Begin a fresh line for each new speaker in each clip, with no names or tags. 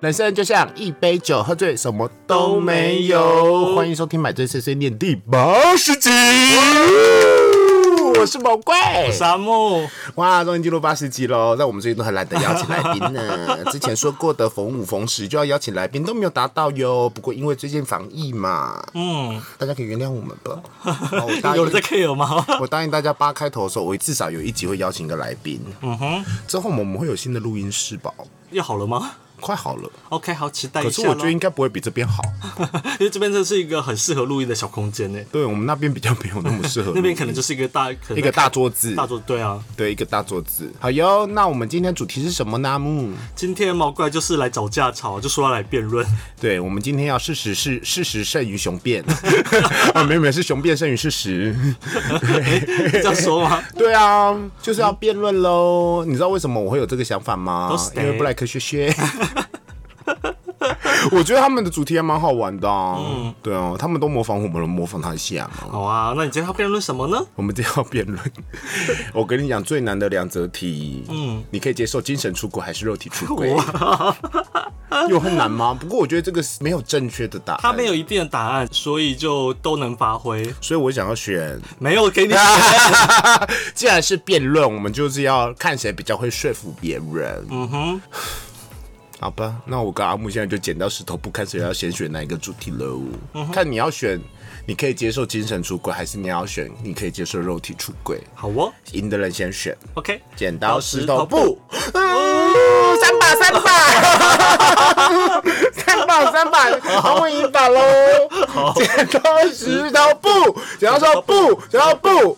人生就像一杯酒，喝醉什么都没有。欢迎收听《买醉碎碎念》第八十集。我是宝贵，
沙漠，
哇，终于进入八十集喽！但我们最近都很懒得邀请来宾 呢。之前说过的逢五逢十就要邀请来宾，都没有达到哟。不过因为最近防疫嘛，
嗯，
大家可以原谅我们 吧。好我答
有人在
应，
care 吗？
我答应大家八开头的时候，我至少有一集会邀请一个来宾。
嗯哼，
之后我们会有新的录音室吧？
又好了吗
快好了，
？OK，好，期待一
可是
下
我
咯。
觉得应该不会比这边好。
因为这边真的是一个很适合录音的小空间呢，
对我们那边比较没有那么适合录音，
那边可能就是一个大，可能
一个大桌子，
大桌，对啊。
对，一个大桌子。好哟，那我们今天主题是什么呢？木，
今天毛怪就是来找架吵，就说要来辩 论，
对，我们今天要事实是事实胜于雄 辩啊，没有没有，是雄辩胜于事实。
这样说吗？
对啊，就是要辩论喽。你知道为什么我会有这个想法吗
都是？
因
谁
为布莱克学学。 我觉得他们的主题还蛮好玩的、啊，嗯，对啊，他们都模仿我们，模仿他一下嘛。
好啊，那你今天要辩论什么呢？
我们就要辩论。我跟你讲，最难的两则题，嗯，你可以接受精神出轨还是肉体出轨？ 有很难吗？不过我觉得这个是没有正确的答案，
他没有，一定的答案，所以就都能发挥。
所以我想要选。
没有给你，
既然是辩论，我们就是要看谁比较会说服别人。嗯哼。好吧，那我跟阿木现在就剪刀石头布，看谁要先选哪一个主题喽。看你要选，你可以接受精神出轨，还是你要选你可以接受肉体出轨？
好哦
赢的人先选。
，OK，
剪刀石头 布，嗯三把三把， 三把三把，好，我赢打喽。剪刀石头布，剪刀石头布，剪刀布，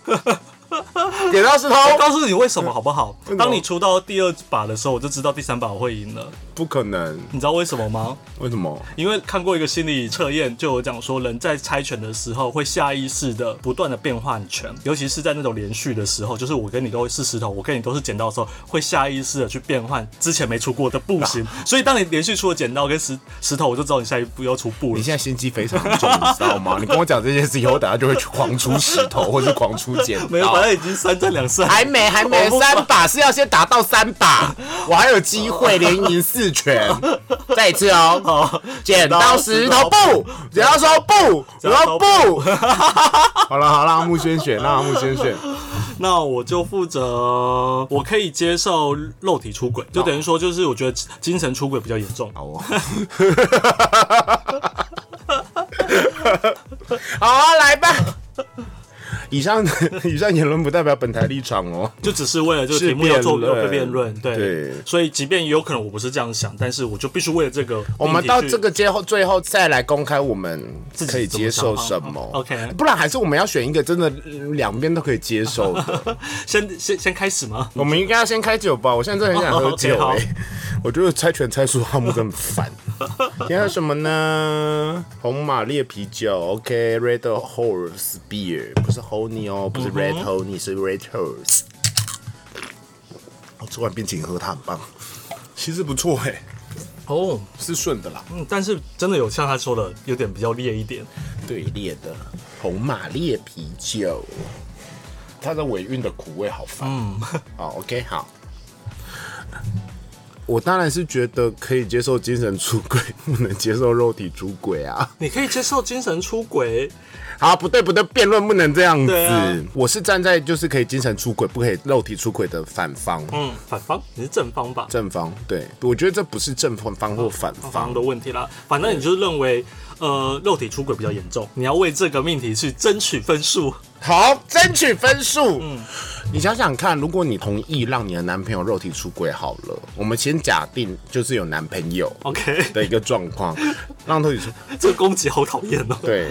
剪刀石头，
我告诉你为什么好不好
什么？
当你出到第二把的时候，我就知道第三把我会赢了。
不可能，
你知道为什么吗？
为什么？
因为看过一个心理测验，就有讲说，人在猜拳的时候会下意识的不断的变换拳，尤其是在那种连续的时候，就是我跟你都是石头，我跟你都是剪刀的时候，会下意识的去变换之前没出过的步型。所以当你连续出了剪刀跟石石头，我就知道你下一步要出布
你
了。
现在心机非常重，你知道 吗？你跟我讲这件事以后，我等下就会去狂出石 头，或是狂出剪
没有，
刀
反。正已经 三战两胜。
还没，还没，三把是要先打到三 把，我还有机会连赢四 拳。再一次哦，
好，
剪刀石头布，剪刀石头布，剪刀布。 好了好了，让木先选，让木先 选。
那我就负责，我可以接受肉体出轨，就等于说，就是我觉得精神出轨比较严重。
好哦。 好啊，来吧。以上 以上言论不代表本台立场哦。
就只是为了这个题目要做
是辩论
要辩论，对，
对
所以即便有可能我不是这样想，但是我就必须为了这个命题去，
我们到这个最后最后再来公开我们
己
可以接受什
怎么想
么
哦，OK
不然还是我们要选一个真的嗯两边都可以接受的。
先先先开始吗？
我们应该要先开酒吧，我现在真的很想喝酒
OK，好
哎、我觉得猜拳猜输他们很烦。 今天喝什么呢？红马烈啤酒，OK，Red、Horse Beer，不是 Honey 哦，不是 Red Honey，、是 Red Horse。我吃完冰淇淋喝它很棒，其实不错哎、
哦，
是顺的啦，
嗯，但是真的有像他说的，有点比较烈一点，
对烈的红马烈啤酒，它的尾韵的苦味好烦。
嗯，
好，OK，好。我当然是觉得可以接受精神出轨，不能接受肉体出轨啊！
你可以接受精神出轨，
好，不对不对，辩论不能这样子。
对啊
我是站在就是可以精神出轨，不可以肉体出轨的反方、
嗯，反方你是正方吧？
正方。对，我觉得这不是正方或反
正
方
方。的问题啦，反正你就是认为，呃，肉体出轨比较严重，你要为这个命题去争取分数。
好，争取分数。你想想看，如果你同意让你的男朋友肉体出轨，好了，我们先假定就是有男朋友
OK，
的一个状况，让肉体出
这个攻击好讨厌哦。
对，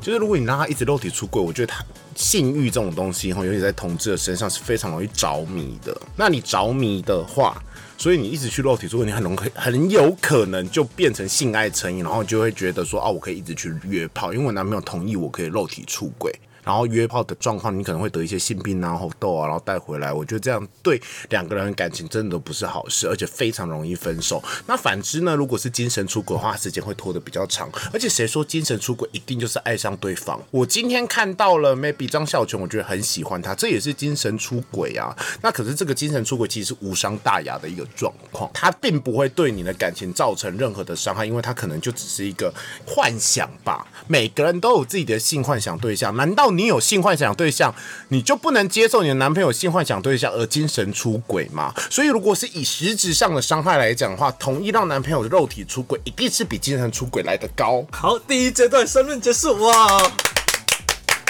就是如果你让他一直肉体出轨，我觉得他性欲这种东西哈，尤其在同志的身上是非常容易着迷的。那你着迷的话，所以你一直去肉体出轨，你很容易很有可能就变成性爱成瘾，然后就会觉得说啊，我可以一直去约炮，因为我男朋友同意我可以肉体出轨。然后约炮的状况，你可能会得一些性病啊、红痘啊，然后带回来。我觉得这样对两个人的感情真的都不是好事，而且非常容易分手。那反之呢，如果是精神出轨的话，时间会拖得比较长。而且谁说精神出轨一定就是爱上对方？我今天看到了 maybe 张孝全，我觉得很喜欢他，这也是精神出轨啊。那可是这个精神出轨其实是无伤大雅的一个状况，它并不会对你的感情造成任何的伤害，因为它可能就只是一个幻想吧。每个人都有自己的性幻想对象，难道你有性幻想对象，你就不能接受你的男朋友性幻想对象而精神出轨吗？所以，如果是以实质上的伤害来讲的话，同意让男朋友的肉体出轨，一定是比精神出轨来的高。
好，第一阶段申论结束，哇，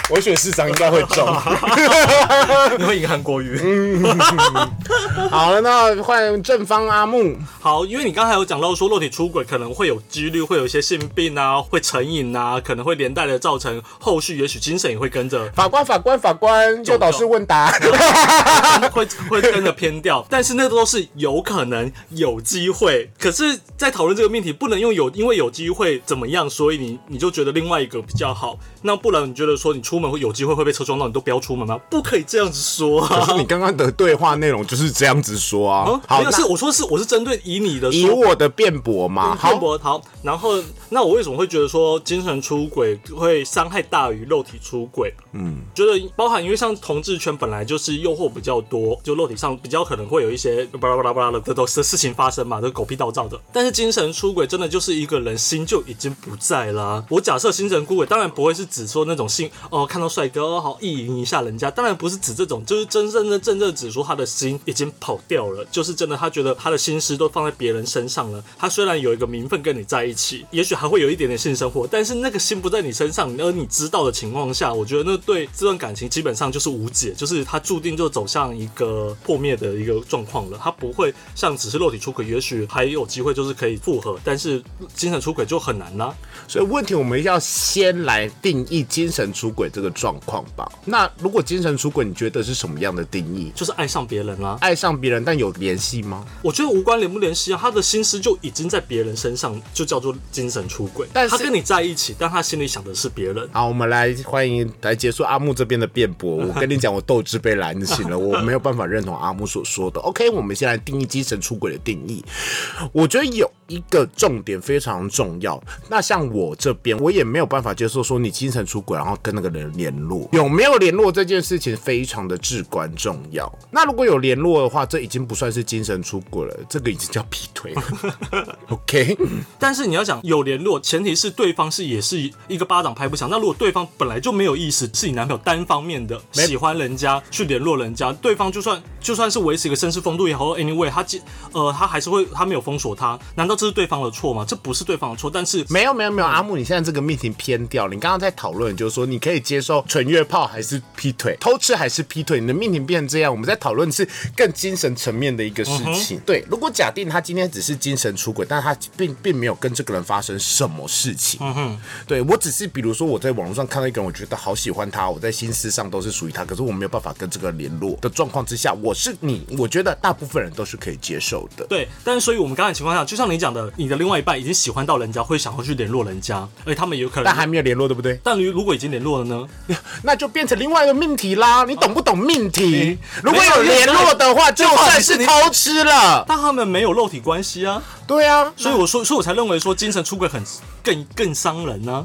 我选市长应该会中。
你会赢韩国瑜。
好了，那换正方阿木。
好，因为你刚才有讲到说肉体出轨可能会有几率，会有一些性病啊，会成瘾啊，可能会连带的造成后续，也许精神也会 跟着。
法官，法官，法官，诱导式问答。
会会跟着偏掉，但是那都是有可能有机会。可是，在讨论这个命题，不能用有因为有机会怎么样，所以你你就觉得另外一个比较好。那不然你觉得说你出门会有机会会被车撞到，你都不要出门吗？不可以这样子说 啊！
可是你刚刚的对话内容就是这样子说啊
啊。
好，
没有
那
是我说是我是针对以你的
以
说
我的辩驳嘛。 啊
辩
好，
驳好，然后那我为什么会觉得说精神出轨会伤害大于肉体出轨？嗯，觉得包含因为像同志圈本来就是诱惑比较多，就肉体上比较可能会有一些巴拉巴拉巴拉的这都是事情发生嘛，都狗屁倒灶的。但是精神出轨真的就是一个人心就已经不在啦、我假设精神出轨，当然不会是指说那种性哦，看到帅哥哦好意淫一下人家，当然不是指这种，就是真正的真正指出他的心已经跑掉了，就是真的他觉得他的心思都放在别人身上了。他虽然有一个名分跟你在一起，也许还会有一点点性生活，但是那个心不在你身上，而你知道的情况下，我觉得那对这段感情基本上就是无解，就是他注定就走向一个破灭的一个状况了。他不会像只是肉体出轨，也许还有机会就是可以复合，但是精神出轨就很难啦、
所以问题我们要先来定义精神出轨这个状况吧。那如果精神出轨，你觉得是什么样的定义？
就是爱上别人啦、
爱上别人但有联系吗？
我觉得无关联不联系啊，他的心思就已经在别人身上，就叫做精神出轨。
但是
他跟你在一起，但他心里想的是别人。
好，我们来欢迎来结束阿木这边的辩驳。我跟你讲，我斗志被燃起了，我没有办法认同阿木所说的。OK，我们 先来定义精神出轨的定义。我觉得有一个重点非常重要。那像我这边，我也没有办法接受说你精神出轨，然后跟那个人联络，有没有联络这件事情非常的至关重要。那如果有联络的话，这已经不算是精神出轨了，这个已经叫劈腿了。OK，
但是你要想有联络，前提是对方是也是一个巴掌拍不响。那如果对方本来就没有意思，是你男朋友单方面的
没
喜欢人家去联络人家，对方就算就算是维持一个绅士风度也好，anyway，他既呃他还是会他没有封锁他，难道这是对方的错吗？这不是对方的错，但是
没有没有没有，阿木，你现在这个命题偏掉了。你刚刚在讨论，就是说你可以接受纯约炮还是劈腿，偷吃还是劈腿，你的命题变成这样。我们在讨论是更精神层面的一个事情。对，如果假定他今天只是精神出轨，但他并并没有跟这个人发生什么事情。嗯哼，对我只是比如说我在网络上看到一个人，我觉得好喜欢他，我在心思上都是属于他，可是我没有办法跟这个人联络的状况之下，我是你，我觉得大部分人都是可以接受的。
对，但是所以我们刚才情况下，就像你讲的，你的另外一半已经喜欢到人家，会想要去联络人家，而且他们有可能
但还没有联络，对不对？
但如如果已经联络了呢？
那就变成另外一个命题啦。你懂不懂命题？
嗯
如果有联络的话，就算是偷吃了。
但他们没有肉体关系啊，
对啊，
所以我说，所以我才认为说精神出轨很更更伤人呢、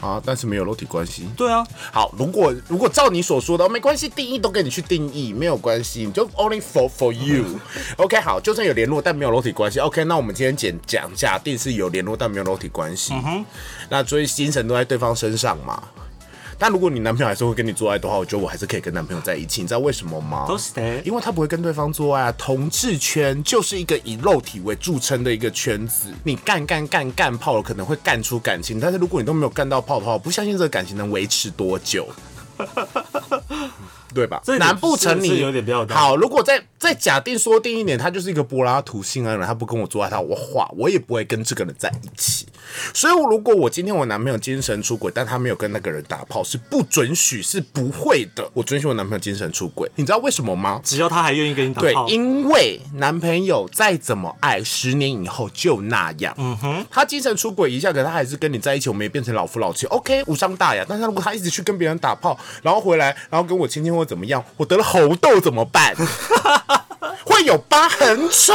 啊，但是没有肉体关系。
对啊，
好，如果如果照你所说的，没关系，定义都给你去定义，没有关系，你就 only for for you。OK，好，就算有联络但没有肉体关系，OK，那我们今天简讲假定是有联络但没有肉体关系，那所以精神都在对方身上嘛。但如果你男朋友还是会跟你做爱的话，我觉得我还是可以跟男朋友在一起，你知道为什么吗？
都是的。
因为他不会跟对方做爱啊。同志圈就是一个以肉体为著称的一个圈子，你干干干干炮了，可能会干出感情，但是如果你都没有干到泡泡，不相信这个感情能维持多久。对吧
这？一点
难不成
是
你
是有点比较有道理
好？如果再再假定说定一点，他就是一个柏拉图性爱人，他不跟我做爱，他我话我也不会跟这个人在一起。所以，如果我今天我男朋友精神出轨，但他没有跟那个人打炮，是不准许，是不会的。我准许我男朋友精神出轨，你知道为什么吗？
只要他还愿意跟你打
对
炮，，
因为男朋友再怎么爱，十年以后就那样。嗯哼，他精神出轨一下，可他还是跟你在一起，我们也变成老夫老妻，OK，无伤大雅。但是如果他一直去跟别人打炮，然后回来，然后跟我亲亲或怎么样，我得了猴痘怎么办？会有疤， 很丑，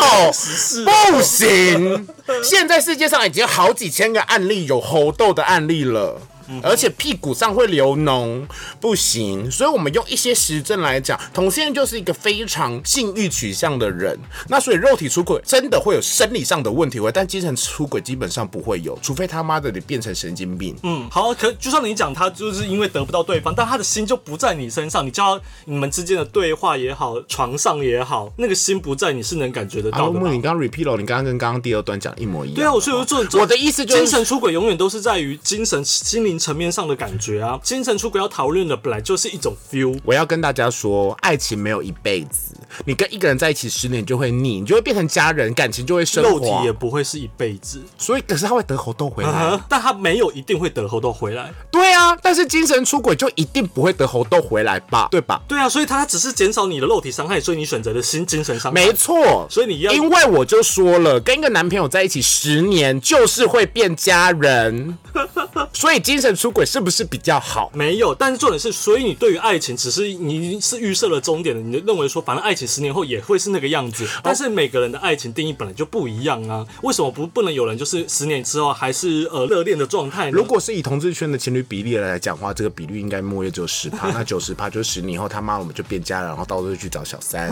不行。现在世界上已经有好几千个案例有猴痘的案例了。
嗯
而且屁股上会流脓，不行。所以，我们用一些实证来讲，同性恋就是一个非常性欲取向的人。那所以，肉体出轨真的会有生理上的问题，会，但精神出轨基本上不会有，除非他妈的你变成神经病。
嗯，好，可就像你讲，他就是因为得不到对方，但他的心就不在你身上。你叫他你们之间的对话也好，床上也好，那个心不在，你是能感觉得
阿
到的
木，
吧。
你刚刚 repeat 了，你刚刚跟刚刚第二段讲一模一样。
对啊，我所以我就说，
我的意思就是
精神出轨永远都是在于精神、心灵层面上的感觉啊。精神出轨要讨论的本来就是一种 feel，
我要跟大家说，爱情没有一辈子，你跟一个人在一起十年你就会腻，你就会变成家人，感情就会升
肉体
华
也。不会是一辈子。
所以，可是他会得猴痘回来。
啊但他没有一定会得喉头回来，
对啊，但是精神出轨就一定不会得猴痘回来吧？对吧？
对啊，所以他只是减少你的肉体伤害，所以你选择的新精神伤害。
没错，
所以你要
因为我就说了，跟一个男朋友在一起十年，就是会变家 人，所以精神出轨是不是比较好？
没有，但是重点是，所以你对于爱情，只是你是预设了终点的，你就认为说，反正爱情十年后也会是那个样
哦
子。但是每个人的爱情定义本来就不一样啊，为什么不不能有人就是十年之后还是呃热恋的状态呢？
如果是以同志圈的情侣比例来讲的话，这个比率应该末约只有十趴，那九十趴就是十年以后他妈我们就变家人，然后到时候去找小三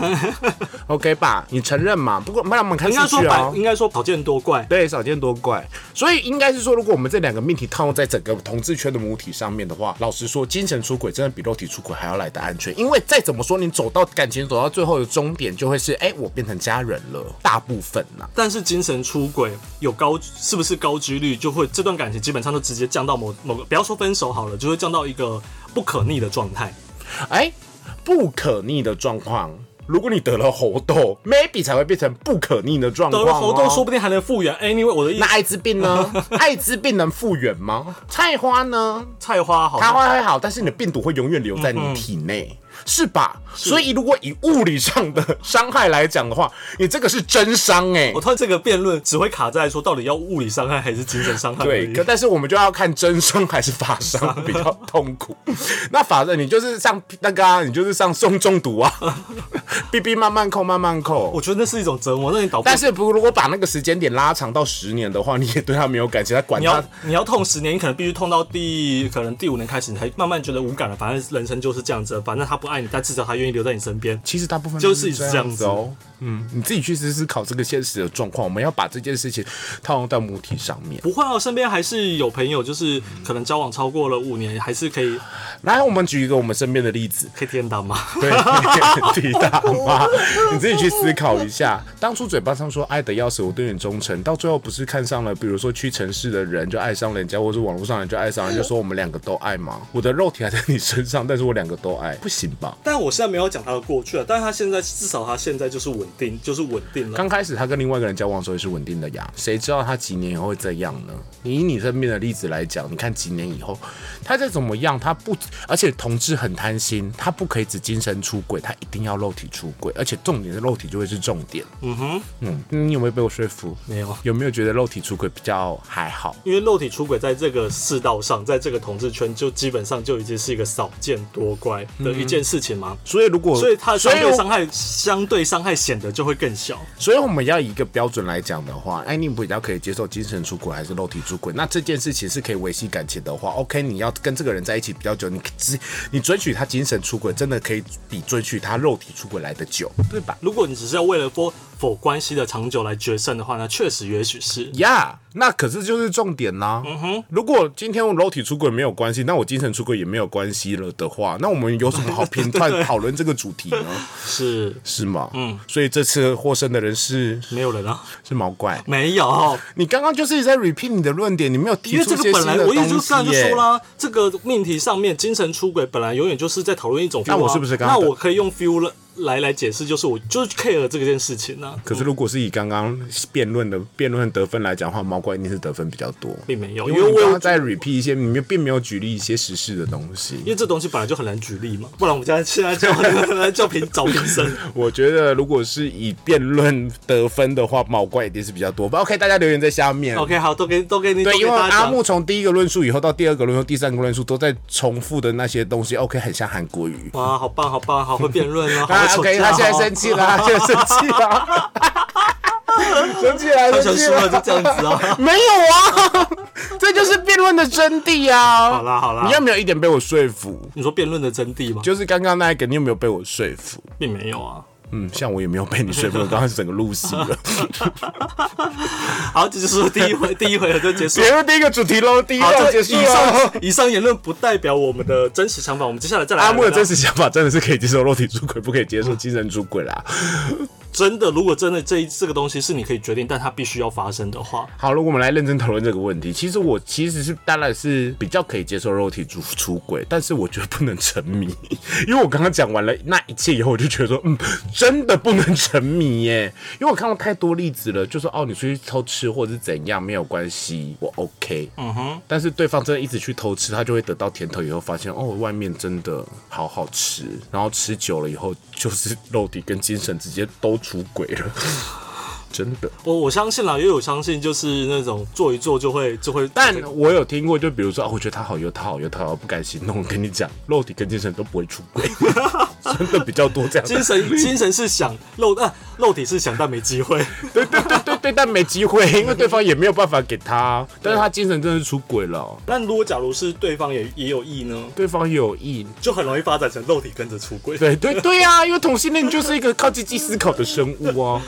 ，OK 吧？你承认嘛？不过不然我们看
应该
下
说
去
百
哦，。
应该说少见多怪。
对，少见多怪，所以应该是说，如果我们这两个命题套用在整个同志圈的母体上面的话，老实说，精神出轨真的比肉体出轨还要来得安全，因为再怎么说，你走到感情走到最后的终点，就会是，哎、我变成家人了，大部分呐、
但是精神出轨有高是不是高几率就会这段感情基本上就直接降到某某个不要说分手好了，就会降到一个不可逆的状态。
哎，不可逆的状况。如果你得了猴痘，maybe 才会变成不可逆的状
得
况、哦。
了喉痘说不定还能复原。Anyway，我的意
那
思，
艾滋病 呢？艾滋病能复原吗？菜花呢？
菜花好像
它会会好，但是你的病毒会永远留在你体
嗯
内，是吧？所以如果以物理上的伤害来讲的话，你这个是真伤哎、
我突然这个辩论只会卡在说到底要物理伤害还是精神伤害而已。
对，可但是我们就要看真伤还是法 伤比较痛苦。那法的你就是上那个啊，你就是上送中毒啊 ，B B 慢慢扣，慢慢扣。
我觉得那是一种折磨，那你倒不
但是不，如果把那个时间点拉长到十年的话，你也对他没有感情，他管
你要
他。
你要痛十年，你可能必须痛到第可能第五年开始，你才慢慢觉得无感了。反正人生就是这样子，反正他不爱你，但至少他愿意留在你身边。
其实大部分
就
都
是
这
这样
子哦。嗯，你自己去思思考这个现实的状况，我们要把这件事情套用到母体上面。
不会啊，我身边还是有朋友，就是可能交往超过了五年，还是可以
来，我们举一个我们身边的例子，
可以天打吗？
对， 提大 妈，你自己去思考一下。当初嘴巴上说爱的要死，我对你忠诚，到最后不是看上了，比如说屈臣氏的人就爱上人家，或者网络上人就爱上人，就说我们两个都爱嘛。我的肉体还在你身上，但是我两个都爱，不行吧？
但我现在没有讲他的过去了，啊但是他现在至少他现在就是稳定，就是稳定了。
刚开始他跟另外一个人交往的时候也是稳定的呀，谁知道他几年以后会这样呢？你以你身边的例子来讲，你看几年以后，他再怎么样，他不，而且同志很贪心，他不可以只精神出轨，他一定要肉体出轨，而且重点是肉体就会是重点。嗯
哼，
嗯，你有没有被我说服？
没有
有没有觉得肉体出轨比较还好？
因为肉体出轨在这个世道上，在这个同志圈，就基本上就已经是一个少见多怪的一件事情嘛。
所以如果
所以它的
所
相
以
对
我
伤害，相对伤害显得就会更小。
所以我们要以一个标准来讲的话，哎，你比较可以接受精神出轨还是肉体出轨？那这件事情是可以维系感情的话，OK，你要跟这个人在一起比较久，你只你准许他精神出轨，真的可以比准许他肉体出轨来的久，对吧？
如果你只是要为了说否关系的长久来决胜的话呢，确实也许是。
呀那可是就是重点啦、如果今天我肉体出轨没有关系，那我精神出轨也没有关系了的话，那我们有什么好评判讨论这个主题呢？
是
是吗？嗯，所以这次获胜的人是
没有人 啊，
是毛怪。
没有，啊
你刚刚就是一直在 repeat 你的论点，你没有提
因为
出
这
一些
个
新
本来
的
我一直就
东
刚才
西
就
耶
说。啊啦，这个命题上面精神出轨本来永远就是在讨论一种 feel
那
啊、
我是不是刚
那
刚
我可以用 feel 了来来解释，就是我就是 care 这件事情啊呢、
可是如果是以刚刚辩论的辩论得分来讲的话，毛怪一定是得分比较多，
并没有，
因
因
为
为
我
我
刚
有
刚在 repeat 一些，你们并没有举例一些实事的东西。
因为这东西本来就很难举例嘛，不然我们现在现在叫叫评找评审，
我觉得如果是以辩论得分的话，毛怪一定是比较多吧。OK，大家留言在下面。
OK，好，都给都给你，
对，
都
因
给
为
大家
阿
讲
木从第一个论述以后到第二个论述、第三个论述都在重复的那些东西，OK，很像韩国语。
哇，好棒，好棒，好会辩论哦，好
啊
会吵
，OK，他
架、哦。
现在生气了，他现在生气了， 生气了，
他
生
想
气
输了
了，
就这样子啊。
没有啊， 这就是辩论的真谛啊。
好啦好啦
你有没有一点被我说服？
你说辩论的真谛吗？
就是刚刚那一个，你有没有被我说服？
并没有啊。
嗯，像我也没有被你说服，我刚刚整个入戏 了。
好，这就是第一回，第一回合就结束。
节目第一个主题喽，第一
好，
段
这
结束
以
了
上。以上言论不代表我们的真实想法。我们接下来再来
阿木的
聊聊
真实想法真的是可以接受肉体出轨，不可以接受精神出轨啦。
真的，如果真的这一这个东西是你可以决定，但它必须要发生的话，
好了，我们来认真讨论这个问题。其实我其实是当然是比较可以接受肉体出出轨，但是我觉得不能沉迷， 因为我刚刚讲完了那一切以后，我就觉得说，嗯，真的不能沉迷耶，因为我看到太多例子了，就说哦，你出去偷吃或者是怎样没有关系，我 OK，嗯哼，但是对方真的一直去偷吃，他就会得到甜头以后发现哦，外面真的好好吃，然后吃久了以后就是肉体跟精神直接都出轨了， 真的。
我我相信啦，也有相信就是那种做一做就会就会，
但我有听过，就比如说，哦，我觉得他好油，他好油，他好油不敢行动。我跟你讲，肉体跟精神都不会出轨，真的比较多这样。
精神精神是想肉啊，肉体是想但没机会。
对对对对对，但没机会，因为对方也没有办法给他。但是他精神真的是出轨了，
那如果假如是对方也也有意呢，
对方也有意。
就很容易发展成肉体跟着出轨。
对对对呀、因为同性恋就是一个靠积极思考的生物啊。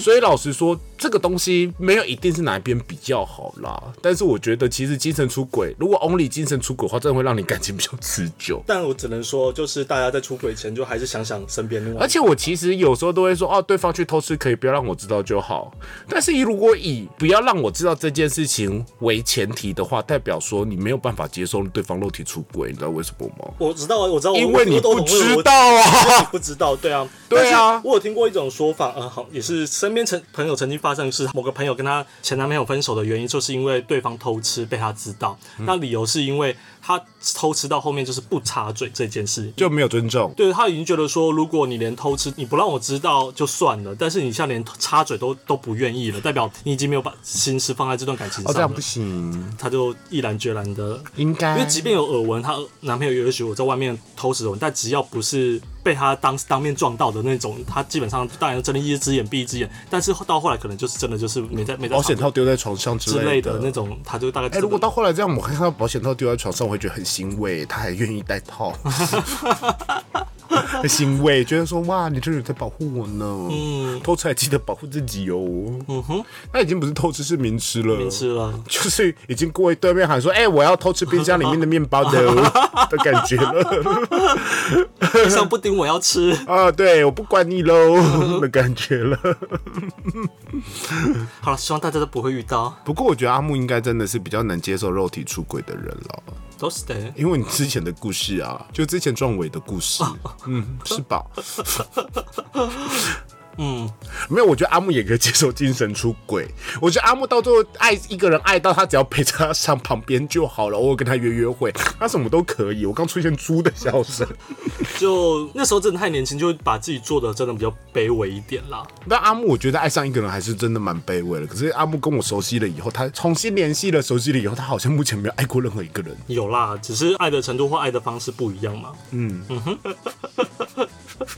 所以老实说，这个东西没有一定是哪一边比较好啦。但是我觉得，其实精神出轨，如果 only 精神出轨的话，真的会让你感情比较持久。
但我只能说，就是大家在出轨前，就还是想想身边另外
而。且我其实有时候都会说，哦，对方去偷吃可以不要让我知道就好。但是如果以不要让我知道这件事情为前提的话，代表说你没有办法接受对方肉体出轨，你知道为什么吗？
我知道，我知道，我
因为你
我都
不
懂
知
哦我
道啊。
不知道，对啊，
对啊
但是我有听过一种说法，呃，好，也是身边曾朋友曾经发生的是，某个朋友跟他前男朋友分手的原因，就是因为对方偷吃被他知道，
嗯
那理由是因为他偷吃到后面就是不插嘴这件事。
就没有尊重，
对他已经觉得说，如果你连偷吃你不让我知道就算了，但是你现在连插嘴都都不愿意了，代表你已经没有把心思放在这段感情
哦，
上
这
了。
样不行，
他就毅然决然的
应该
因为即便有耳闻，她男朋友也许我在外面偷食耳闻，但只要不是被她当当面撞到的那种，她基本上当然睁一只眼闭一只眼。但是到后来可能就是真的就是没在没在
保险
场
套丢在床上之
之类
类
的
的
那。种，她就大概
哎、
知道。
如果到后来这样，我看到保险套丢在床上，我会觉得很欣慰，他还愿意戴 套，很欣慰，觉得说哇，你这人在保护我呢。嗯，偷吃还记得保护自己哦。嗯哼，那已经不是偷吃，是明吃了。
明吃了，
就是已经过对面喊说，哎、我要偷吃冰箱里面的面包的 的感觉 了。
地上不顶我要吃。
啊，对，我不管你 喽的感觉了。
好了，希望大家都不会遇到。
不过我觉得阿木应该真的是比较能接受肉体出轨的人了。
都是的，
因为你之前的故事啊，就之前壮伟的故事，嗯，是吧？
嗯，
没有，我觉得阿木也可以接受精神出轨。我觉得阿木到最后爱一个人爱到他只要陪在他上旁边就好了，偶尔跟他约约会，他什么都可以。我刚出现猪的笑声，
就那时候真的太年轻，就会把自己做的真的比较卑微一点啦。
但阿木我觉得爱上一个人还是真的蛮卑微的。可是阿木跟我熟悉了以后，他重新联系了，熟悉了以后，他好像目前没有爱过任何一个人。
有啦，只是爱的程度或爱的方式不一样嘛。嗯嗯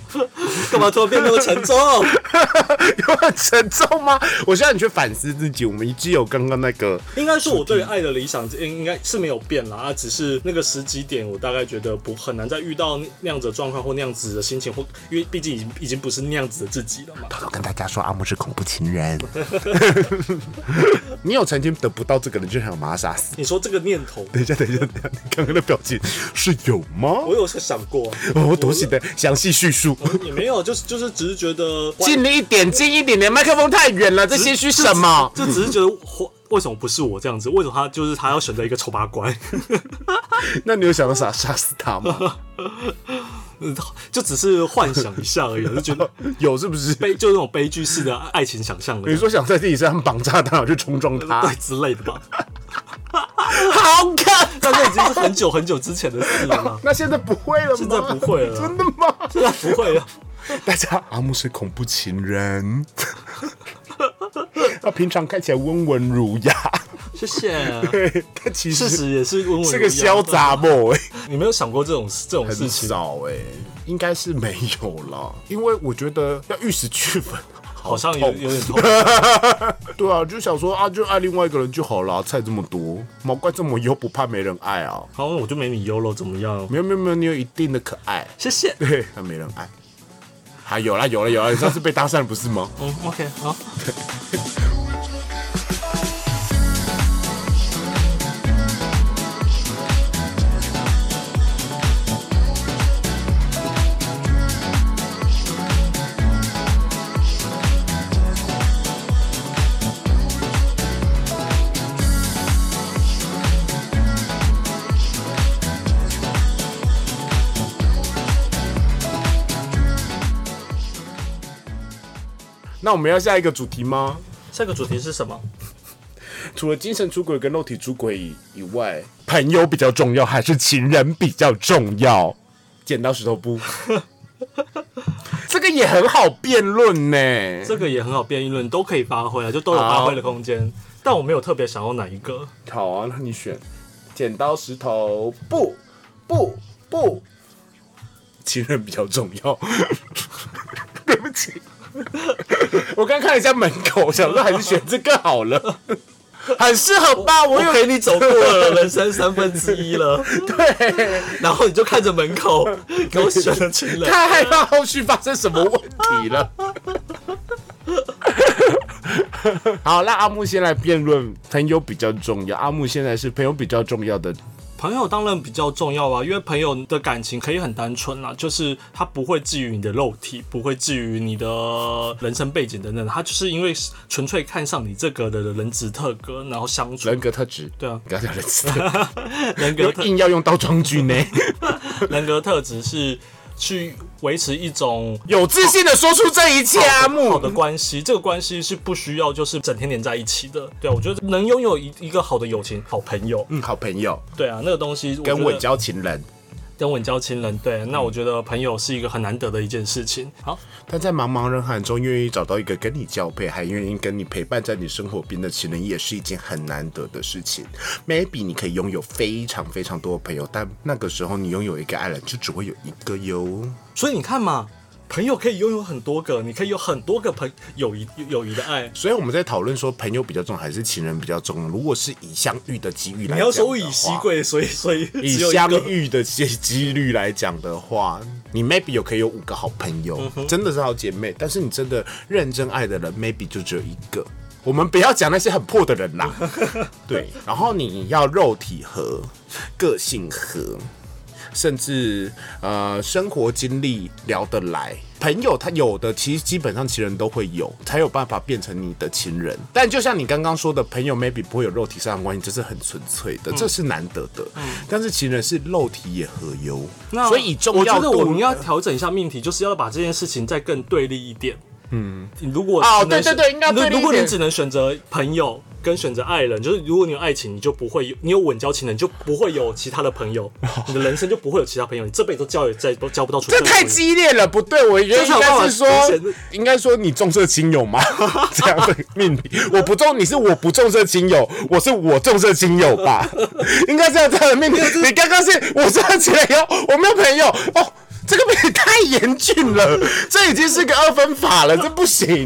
干嘛突然变那么沉重？
有很沉重吗？我希望你去反思自己。我们只有刚刚那个，
应该说我对于爱的理想应应该是没有变啦，啊，只是那个时机点，我大概觉得不很难再遇到那样子的状况或那样子的心情，或因为毕竟已经已经不是那样子的自己了 嘛。
偷偷跟大家说，阿木是恐怖情人。 你有曾经得不到这个人，就想把他杀死？
你说这个念头，
等一下，等一下，等一下，你刚刚的表情是有吗？
我有想过啊、
我我多写的详细叙述，
也没有，就是就是只是觉得
近一点，近一点点，麦克风太远了，这些许什么？
就只是觉得或为什么不是我这样子？为什么他就是他要选择一个丑八怪？
那你有想到啥杀死他吗？
就只是幻想一下而已，就觉得
有是不是？
悲，就那种悲剧式的爱情想象而
你
已，
说想在自己身上绑架他，去冲撞他，
对之类的吧。
好看。
但这已经是很久很久之前的事了 啦，
那现在不会了吗？
现在不会 了
真的吗？
现在不会啊了。
大家，阿木是恐怖情人， 他平常看起来温文儒雅，
谢谢。
对，但其
事
实
实也是温文，
是个潇。洒 boy。
你没有想过这种这种事
很
情，
少哎、应该是没有啦，因为我觉得要玉石俱 焚。
好像有有点痛。
对啊，就想说啊，就爱另外一个人就好啦，菜这么多，毛怪这么优，不怕没人爱啊？
好，我就没你优了，怎么样？
没有没有没有，你有一定的可爱，
谢谢。
对，但没人爱。啊，有啦有啦有啦，你上次被搭讪了不是吗？
嗯，OK，好。
那我们要下一个主题吗？
下个主题是什么？
除了精神出轨跟肉体出轨以以外，朋友比较重要还是情人比较重要？剪刀石头 布，这个也很好辩论呢。
这个也很好辩论，都可以发挥啊，就都有发挥的空间。但我没有特别想要哪一个。
好啊，那你选剪刀石头布布布，情人比较重要。 对不起，我刚看了一下门口，想说还是选这个好 了，很适合吧？我有
哎陪你走过了人生三分之一 了，
对，
然后你就看着门口给我选了情人。
太害怕后续发生什么问题了。 好，那阿木先来辩论，朋友比较重要。阿木现在是朋友比较重要的
朋友当然比较重要啊，因为朋友的感情可以很单纯啦，就是他不会至于你的肉体，不会至于你的人生背景等等，他就是因为纯粹看上你这个的人质特格，然后相处
人格特质。
对啊
你刚才人格特质，
人格
又
特
硬要用倒装 句呢？
人格特质是去维持一种
有自信的说出这一切，阿
好
木。
的关系，这个关系是不需要就是整天黏在一起的。对啊，我觉得能拥有一一个好的友情、好朋友，
嗯，好朋友
对啊，那个东西我觉
跟
得
稳交嗯情人，
跟稳交亲人，对，啊那我觉得朋友是一个很难得的一件事情。好，
但在茫茫人海中，愿意找到一个跟你交配，还愿意跟你陪伴在你生活边的情人，也是一件很难得的事情。Maybe 你可以拥有非常非常多的朋友，但那个时候你拥有一个爱人，就只会有一个哟。
所以你看嘛，朋友可以拥有很多个，你可以有很多个朋友谊友谊的爱。
所以我们在讨论说，朋友比较重要还是情人比较重要？如果是以相遇的机遇来讲
你要
的话，
说物以稀贵，所以所 以
以
只有一
相
个。
遇的些几率来讲的话，你 maybe 有可以有五个好朋
嗯
友，真的是好姐妹，但是你真的认真爱的人，maybe 就只有一个。我们不要讲那些很破的人 啦，对。然后你要肉体和个性和，甚至呃生活经历聊得来。朋友他有的，其实基本上情人都会有，才有办法变成你的情人。但就像你刚刚说的，朋友 maybe 不会有肉体上的关系，这是很纯粹的，这是难得的。但是情人是肉体也合优，
那
所以以重
我
要
觉得
度
我们要调整一下命题，就是要把这件事情再更对立一点。嗯，如果
哦
只能选
对对对应该要对立一点
如果你只能选择朋友跟选择爱人，就是如果你有爱情，你就不会有；你有稳交情人，你就不会有其他的朋友，你的人生就不会有其他朋友，你这辈子都交也再都交不到出。
这太激烈了，不对，我觉得
这才
应
有
该是
办法呈
说
现，
应该说你重色轻友吗？ 这样的命题，我不重，你是我不重色轻友，我是我重色轻友 吧？应该是要这样的命题。你刚刚是我重色轻友，我没有朋友哦。这个也太严峻 了，这已经是个二分法了，这不行，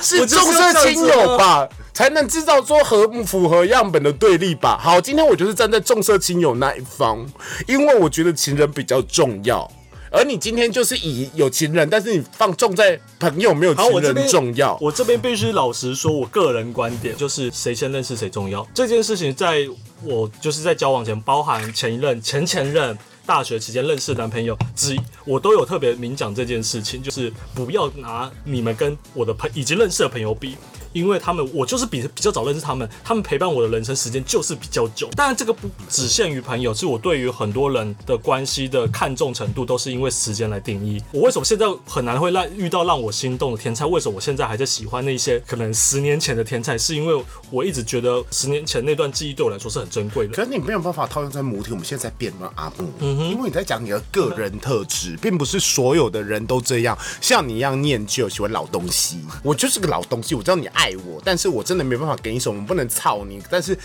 是重色轻友吧，才能制造出合符合样本的对立吧。好，今天我就是站在重色轻友那一方，因为我觉得情人比较重要。而你今天就是以有情人，但是你放重在朋友没有
好，我
情
这边
人重要。
我这边必须老实说，我个人观点就是谁先认识谁重要这件事情，在我就是在交往前，包含前一任、前前任。大学期间认识的男朋友，只我都有特别明讲这件事情，就是不要拿你们跟我的朋已经认识的朋友比，因为他们我就是比比较早认识他们，他们陪伴我的人生时间就是比较久。当然，这个不只限于朋友，是我对于很多人的关系的看重程度都是因为时间来定义。我为什么现在很难会让遇到让我心动的天才？为什么我现在还在喜欢那些可能十年前的天才？是因为我一直觉得十年前那段记忆对我来说是很珍贵的。
可是你没有办法套用在母体，我们现在在辩论阿木，因为你在讲你的个人特质，并不是所有的人都这样，像你一样念旧，喜欢老东西。我就是个老东西，我知道你爱我，但是我真的没办法给你什么，我不能操你。但是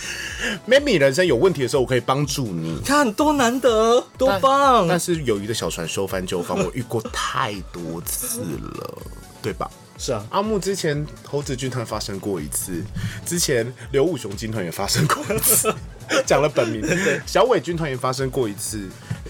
maybe 你人生有问题的时候，我可以帮助你。
你 看多难得，多棒！
但是友谊的小船说翻就翻，我遇过太多次了，对吧？
是啊，
阿木之前猴子军团发生过一次，之前刘武雄军团也发生过一次，讲了本名，小伟军团也发生过一次，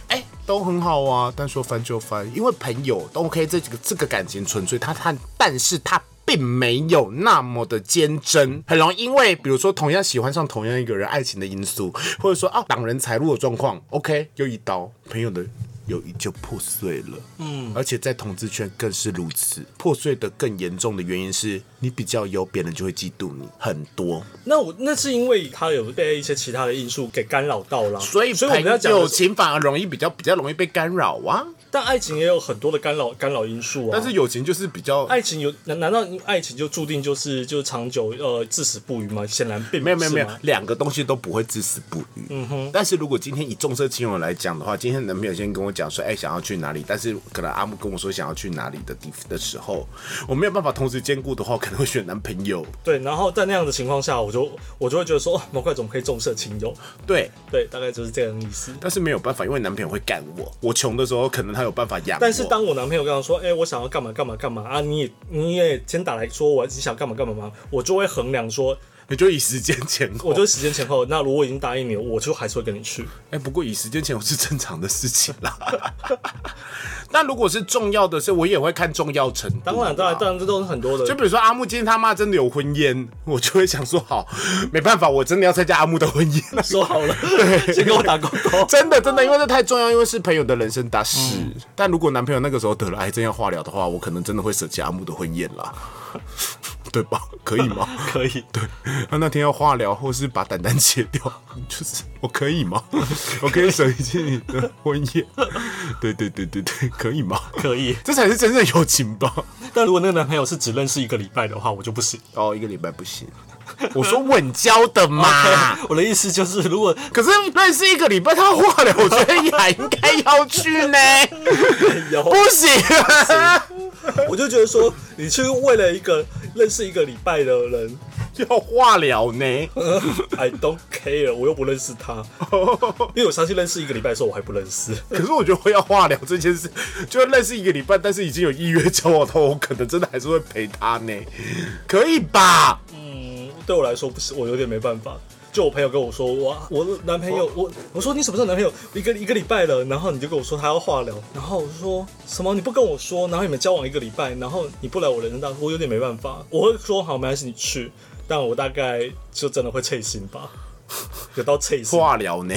哎、都很好啊，但说翻就翻，因为朋友都 OK，这个这个感情纯粹，他他，但是他。并没有那么的坚贞，很容易因为比如说同样喜欢上同样一个人，爱情的因素，或者说啊挡人财路的状况，OK，又一刀，朋友的友谊就破碎了。嗯，而且在同志圈更是如此，破碎的更严重的原因是你比较有，别人就会嫉妒你很多。
那我那是因为他有被一些其他的因素给干扰到了，
所以，
所以我们要讲的
友
是，
情反而容易比较比较容易被干扰啊。
但爱情也有很多的干扰干扰因素啊。
但是友情就是比较
爱情有难难道爱情就注定就是就长久呃至死不渝吗？显然并不
没
是
有没有没有
嘛，
两个东西都不会至死不渝。嗯哼。但是如果今天以重色轻友来讲的话，今天男朋友先跟我讲说，哎、想要去哪里？但是可能阿木跟我说想要去哪里的地的时候，我没有办法同时兼顾的话，我可能会选男朋友。
对，然后在那样的情况下，我就我就会觉得说，哦，毛怪怎么可以重色轻友？
对，
对，大概就是这样的意思。
但是没有办法，因为男朋友会干我。我穷的时候，可能他有办法养我。
但是当我男朋友跟我说，哎、我想要干嘛干嘛干嘛啊，你也你也先打来说我你想干嘛干嘛吗？我就会衡量说，
你就以时间前后，
我就时间前后，那如果我已经答应你，我就还是会跟你去。
哎、不过以时间前后是正常的事情啦。 那如果是重要的事，我也会看重要程度。
当然，当然，当然，这都是很多的
就比如说阿木今天他妈真的有婚宴，我就会想说好，没办法，我真的要参加阿木的婚宴。
说好了，先给我打勾勾。
真的真的，因为这太重要，因为是朋友的人生大事。
嗯
但如果男朋友那个时候得了癌症要化疗的话，我可能真的会舍弃阿木的婚宴啦， 对吧？可以吗？
可以，
对， 他啊那天要化疗，或是把胆蛋切掉， 就是我可以吗？ 我可以舍弃你的婚宴？ 对对对对对，可以吗？
可以。
这才是真正友情吧？
但如果那个男朋友是只认识一个礼拜的话，我就不行。
哦，一个礼拜不行。我说稳交的 嘛，
我的意思就是，如果
可是认识一个礼拜他化疗，我觉得也应该要去呢，
有，
不行啊，
我就觉得说，你去为了一个认识一个礼拜的人 呃
要化疗呢。
，I don't care，我又不认识他，因为我相信认识一个礼拜的时候我还不认识。
可是我觉得要化疗这件事，就认识一个礼拜，但是已经有意愿交往的话，我可能真的还是会陪他呢，可以吧？
对我来说不是，我有点没办法。就我朋友跟我说，哇，我男朋友，我我说你什么时候男朋友？一个一个礼拜了，然后你就跟我说他要化疗，然后我就说什么你不跟我说，然后你们交往一个礼拜，然后你不来我人生大事，我有点没办法。我会说好，没关系，你去，但我大概就真的会脆心吧，有到脆心。
化疗 呢？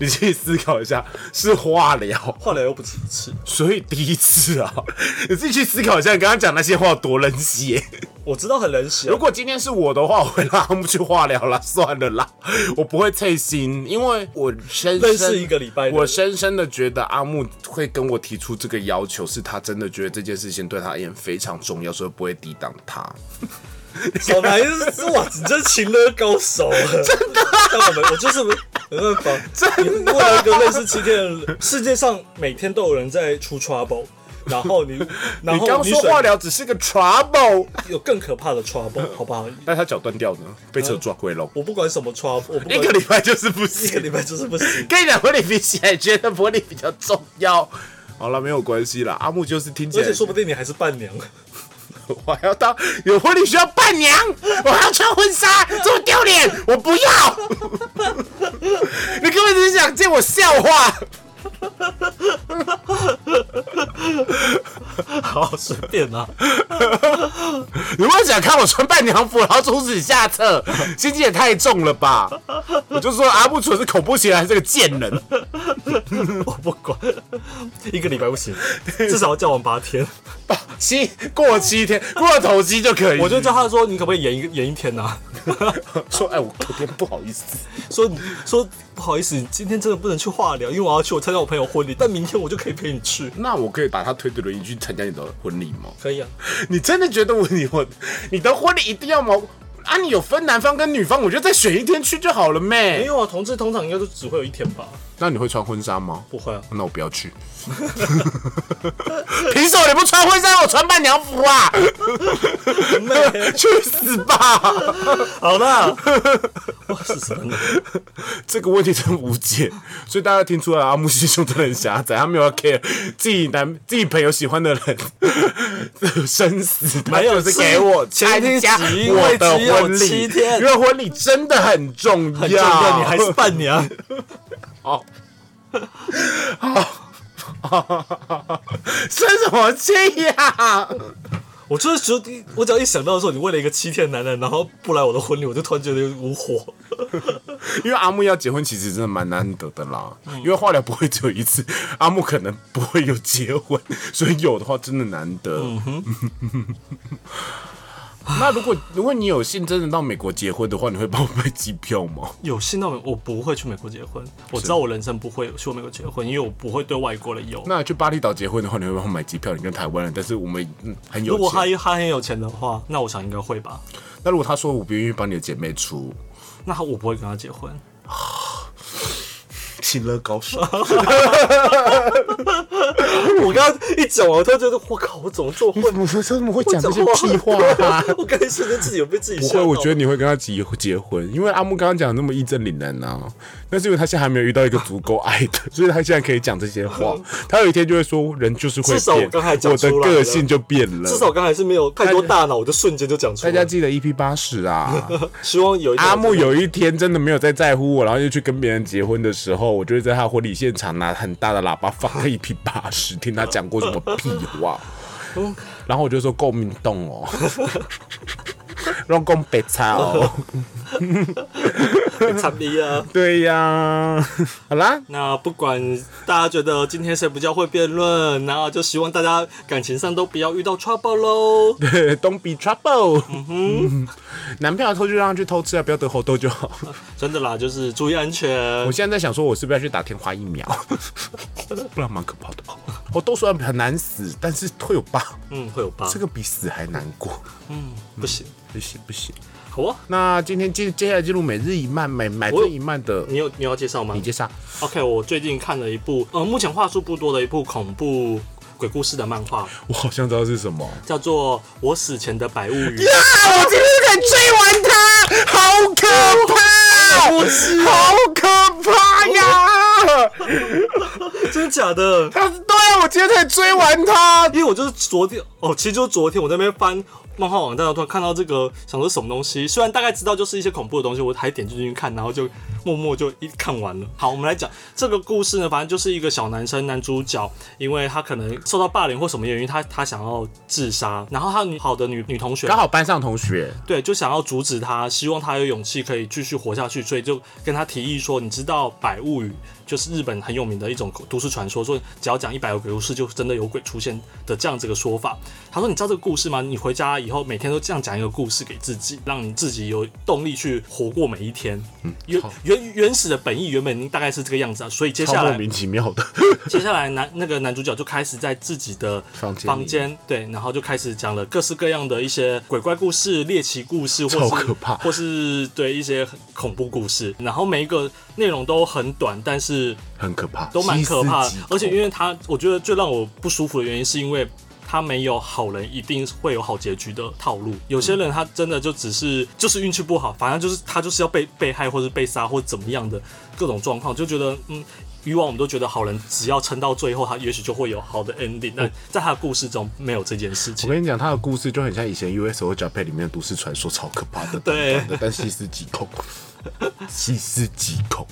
你去思考一下，是化疗，
化疗又不止一次，
所以第一次啊，你自己去思考一下，你刚刚讲那些话有多冷血。
我知道很冷血
如，果今天是我的话，我会让他们去化疗啦，算了啦，我不会脆心，因为我深深
认识一个礼拜的
我深深的觉得阿木会跟我提出这个要求，是他真的觉得这件事情对他而言非常重要，所以不会抵挡他。
小南是哇，你真是情勒高手啊！真的、但我们我就是没办法，真的。为了一个认识七天的人，世界上每天都有人在出 trouble，然后 你，然
你
后
刚
你
说
选
化疗只是个 trouble，
有更可怕的 trouble，好不好？
但他脚断掉呢，被车撞回笼，
我不管什么 trouble，我不管
嗯一个礼拜就是不
一个
行。
礼拜就是不行。
跟你讲，婚礼比起来，觉得婚礼比较重要。好了，没有关系啦，阿木就是听起
而
来
且说不定你还是伴娘。
我还要当有婚礼需要伴娘，我还要穿婚纱，这么丢脸，我不要。 你根本只是想见我笑话。
好，随便啊啦、
你为什么想看我穿伴娘服，然后出此下策？心机也太重了吧！我就说阿木纯是恐怖情人，还是个贱 人？
我不管，一个礼拜不行，至少要交往八天。
七过七天，过头七就可以。
我就叫他说，你可不可以演一个演一天呐、啊
说，哎，我昨天不好意思。
说你说不好意思，今天真的不能去化疗，因为我要去我参加我朋友婚礼，但明天我就可以陪你去。
那我可以把他推着轮椅去参加你的婚礼吗？
可以啊，
你真的觉得我你我你的婚礼一定要吗？啊，你有分男方跟女方，我就再选一天去就好了
没
咩。
有啊，同志通常应该都只会有一天吧？
那你会穿婚纱吗？
不会啊，
那我不要 去。凭什么你不穿婚纱，我穿伴娘服啊？
妹，
去死吧！
好啦，哇，是什么呢？
这个问题真无解，所以大家听出来阿木师兄真的很狭窄，他没有要 care 自己男自己朋友喜欢的人 生死，他
没有
就是给 我参
前提
加
只
我的
因为只有
婚礼，
七天
因为婚礼真的很重要，
很重要，你还是啊伴娘。
生什么气呀、
我就是觉得，我只要一想到说你为了一个七天男人，然后不来我的婚礼，我就突然觉得有点无火。
因为阿木要结婚，其实真的蛮难得的啦。因为化疗不会只有一次，阿木可能不会有结婚，所以有的话真的难得。那如果如果你有幸真的到美国结婚的话，你会帮我买机票吗？
有幸到美，我不会去美国结婚。我知道我人生不会去美国结婚，因为我不会对外国人有。
那去巴厘岛结婚的话，你会帮我买机票？你跟台湾人，但是我们嗯很有
如果他
钱。
他很有钱的话，那我想应该会吧。
那如果他说我不愿意帮你的姐妹出，
那他我不会跟他结婚。
情勒高 手，
我刚刚一讲完，我突然觉得，我靠，我怎么这么会
我们怎么会讲这
讲
些屁话啊？
我刚才瞬间自己有被自己
不
吓
会，
到。
我觉得你会跟他结结婚，因为阿木刚刚讲的那么义正凛然啊，但是因为他现在还没有遇到一个足够爱 的，所以他现在可以讲这些话。他有一天就会说，人就是会
至少我
变，
刚才讲
我的
出来
个
了
性就变了。
至少我刚才是没有太多大脑，我就瞬间就讲出
大家
来。
记得 EP 八十 啊，
希望有一天
阿木有一天真的没有再在乎我，然后又去跟别人结婚的时候，我就会在他婚礼现场拿很大的喇叭放 EP 八十，听他讲过什么屁 话。然后我就说够命动哦， 让公北差哦。
有惨逼啊！
对呀， 好啦，
那不管大家觉得今天谁比较会辩论，那就希望大家感情上都不要遇到 trouble 喽。
对，Don't be trouble。嗯男朋友偷就让他去偷吃啊，不要得猴痘就 好。
真的啦，就是注意安全
我。现在在想说，我是不是要去打天花疫 苗？不然蛮可怕的吧。猴痘虽然很难死，但是会有疤，
嗯，会有疤
这，个比死还难过。
不行。
不行不行。
好啊，
那今天接接下来进入每日一漫，买买
我
这一漫的，
你有你有要介绍吗
你介绍。
？OK，我最近看了一部，呃，目前话数不多的一部恐怖鬼故事的漫画，
我好像知道是什么。啊！
叫做《我死前的百物语》。
我今天才追完它，好可怕，好可怕呀！
真的假的？
他对啊，我今天才追完他。
因为我就是昨天哦，其实就是昨天我在那边翻漫画网站，突然看到这个，想说什么东西，虽然大概知道就是一些恐怖的东西，我还点进去看，然后就默默就一看完了。好，我们来讲这个故事呢，反正就是一个小男生男主角，因为他可能受到霸凌或什么原因，他他想要自杀，然后他女好的女女同学
刚好班上同学，
对，就想要阻止他，希望他有勇气可以继续活下去，所以就跟他提议说，你知道《百物语》就是日本很有名的一种都市传说，说只要讲一百个鬼故事，就真的有鬼出现的这样子一个说法。他说，你知道这个故事吗？你回家以后每天都这样讲一个故事给自己，让你自己有动力去活过每一天。原
好
原原始的本意原本大概是这个样子啊，所以接下
超莫
来
名其妙的。
接下来男那个男主角就开始在自己的
房间里
房间对，然后就开始讲了各式各样的一些鬼怪故事、猎奇故事，或
超
是
可怕
或是对一些很恐怖故事。然后每一个内容都很短，但是
很可怕，
都蛮可怕
细思极恐
而且因为他，我觉得最让我不舒服的原因是因为他没有好人一定会有好结局的套路。有些人他真的就只是就是运气不好，反正就是他就是要被被害或者被杀或者怎么样的各种状况，就觉得嗯。以往我们都觉得好人只要撑到最后，他也许就会有好的 ending，但在他的故事中没有这件事
哦我
情。
跟你讲，他的故事就很像以前 USO 脚配里面的都市传说，超可怕的，
对
短短的但细思极 恐，细思极恐。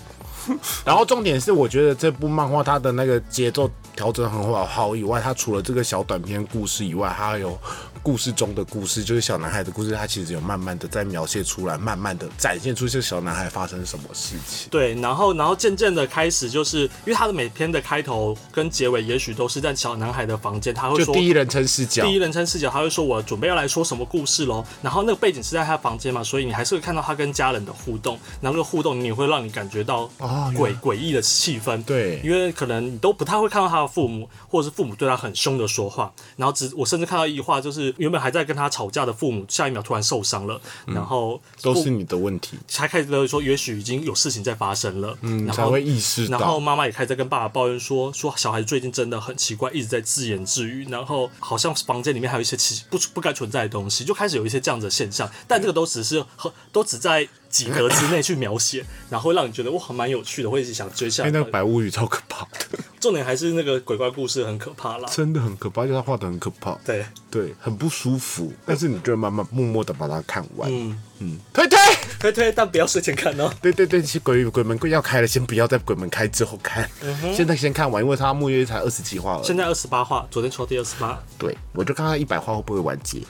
然后重点是，我觉得这部漫画它的那个节奏调整很好，好以外，它除了这个小短篇故事以外，它还有故事中的故事，就是小男孩的故事，它其实有慢慢的在描写出来，慢慢的展现出这小男孩发生什么事情。
对，然后然后渐渐的开始，就是因为他的每篇的开头跟结尾也许都是在小男孩的房间，他会
就
说
第一人称视角，
第一人称视角，他会说我准备要来说什么故事喽。然后那个背景是在他房间嘛，所以你还是会看到他跟家人的互动，然后那个互动你也会让你感觉到
哦原来
诡诡异的气氛。
对
因为可能你都不太会看到他的父母，或者是父母对他很凶的说话，然后只我甚至看到一话，就是原本还在跟他吵架的父母，下一秒突然受伤了，然后
嗯都
父
是你的问题，
才开始了解说，也许已经有事情在发生了，嗯
你
然
才
后
会意识
然后
到。
妈妈也开始在跟爸爸抱怨说，说小孩最近真的很奇怪，一直在自言自语，然后好像房间里面还有一些奇不不该存在的东西，就开始有一些这样子的现象。但这个都只是和都只在几格之内去描写，然后会让你觉得哇，蛮有趣的，会一直想追下
因为哎
来。
那个白物语超可怕的，
重点还是那个鬼怪故事很可怕啦。
真的很可怕，而且他画的很可怕。
对，
对，很不舒服，但是你就会慢慢默默的把它看完。
嗯
嗯，推推，
推推，但不要睡前看哦。
对对对，其实鬼鬼门关要开了，先不要在鬼门开之后看，
嗯
现在先看完，因为它木月才二十几话了。
现在二十八话，昨天抽第二十八，
对，我就看看一百话会不会完结。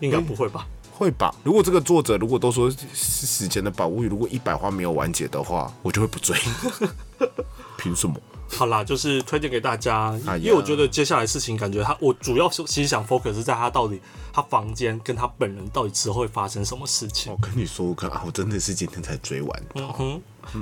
应该不会吧？
会吧？如果这个作者如果都说是史前的宝物语，如果一百话没有完结的话，我就会 不追。凭什么？
好啦，就是推荐给大家，
哎呀
因为我觉得接下来事情，感觉他我主要是其实想 focus 是在他到底他房间跟他本人到底之后会发生什么事情
我。跟你说，我可啊，我真的是今天才追完。
嗯哼，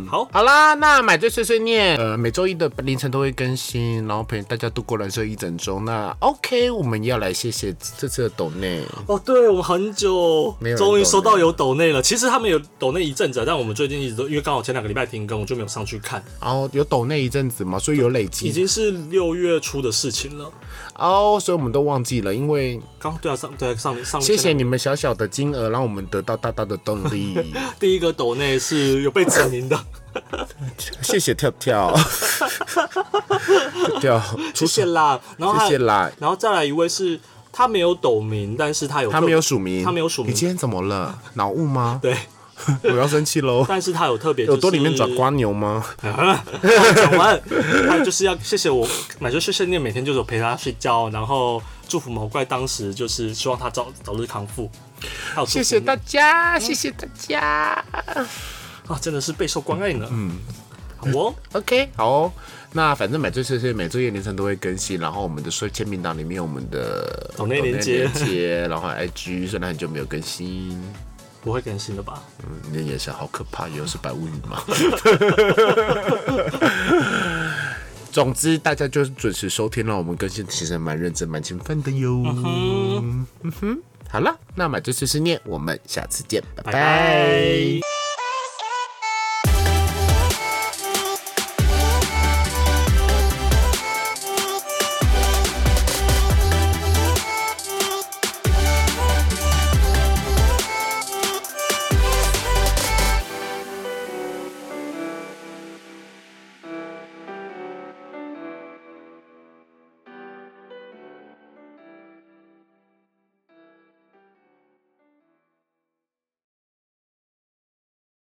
好，
好啦，那买醉碎碎念，呃，每周一的凌晨都会更新，然后陪大家度过人生一整周。那 OK，我们要来谢谢这次的抖内，
哦，对我们很久
没有人
终于收
抖内
到有抖内了。其实他们有抖内一阵子，啊但我们最近一直都因为刚好前两个礼拜停更，我就没有上去看，
然后哦有抖内一阵子嘛，所以有累
已
积
经是六月初的事情了。
哦，所以我们都忘记了，因为
刚对啊，上对啊上上
谢谢你们小小的金额，让我们得到大大的动 力。
第一个抖内是有被指 名的，
谢谢跳 跳，跳
谢谢啦。然后还
谢谢啦，
然后再来一位是他没有抖名，但是他有
他
特
没有署名，
他没有署名
你今天怎么了？脑雾吗？
对，
我要生气喽！
但是他有特别、就
耳
是，
朵里面转 瓜牛吗？
讲完，他就是要谢谢我，买醉碎碎念每天就是有陪他睡觉，然后祝福毛怪当时就是希望他早早日康复。还有祝福
谢谢大家，谢谢大家。
啊，真的是备受关爱呢。嗯，好哦，
OK，好哦、那反正买醉碎碎每周夜凌晨都会更新，然后我们的说签名档里面有我们的
抖内连接
抖内连接然后还有 IG，虽然很久没有更新，
不会更新了吧？
嗯，你的眼神好可怕，又是白无语吗？ 总之，大家就是准时收听了，我们更新其实蛮认真、蛮勤奋的哟。嗯哼，好了，那买醉碎碎念，我们下次见，拜拜
拜拜